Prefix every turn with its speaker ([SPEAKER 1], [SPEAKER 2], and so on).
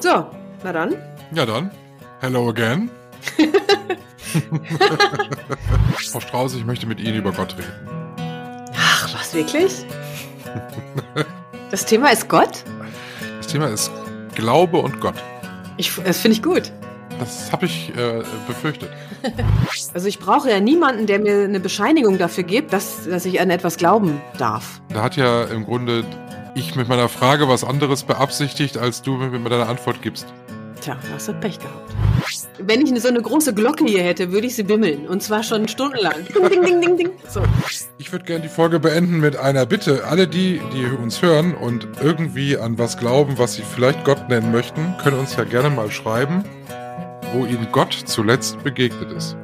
[SPEAKER 1] So, na dann.
[SPEAKER 2] Ja dann. Hello again. Frau Strauß, ich möchte mit Ihnen über Gott reden.
[SPEAKER 1] Ach, was wirklich? Das Thema ist Gott?
[SPEAKER 2] Das Thema ist Glaube und Gott.
[SPEAKER 1] Ich, das finde ich gut.
[SPEAKER 2] Das habe ich äh, befürchtet.
[SPEAKER 1] Also ich brauche ja niemanden, der mir eine Bescheinigung dafür gibt, dass, dass ich an etwas glauben darf.
[SPEAKER 2] Da hat ja im Grunde ich mit meiner Frage was anderes beabsichtigt, als du mit mit deiner Antwort gibst.
[SPEAKER 1] Tja, hast du Pech gehabt. Wenn ich so eine große Glocke hier hätte, würde ich sie bimmeln. Und zwar schon stundenlang. Ding, ding, ding, ding, ding. So.
[SPEAKER 2] Ich würde gerne die Folge beenden mit einer Bitte. Alle die, die uns hören und irgendwie an was glauben, was sie vielleicht Gott nennen möchten, können uns ja gerne mal schreiben, wo ihnen Gott zuletzt begegnet ist.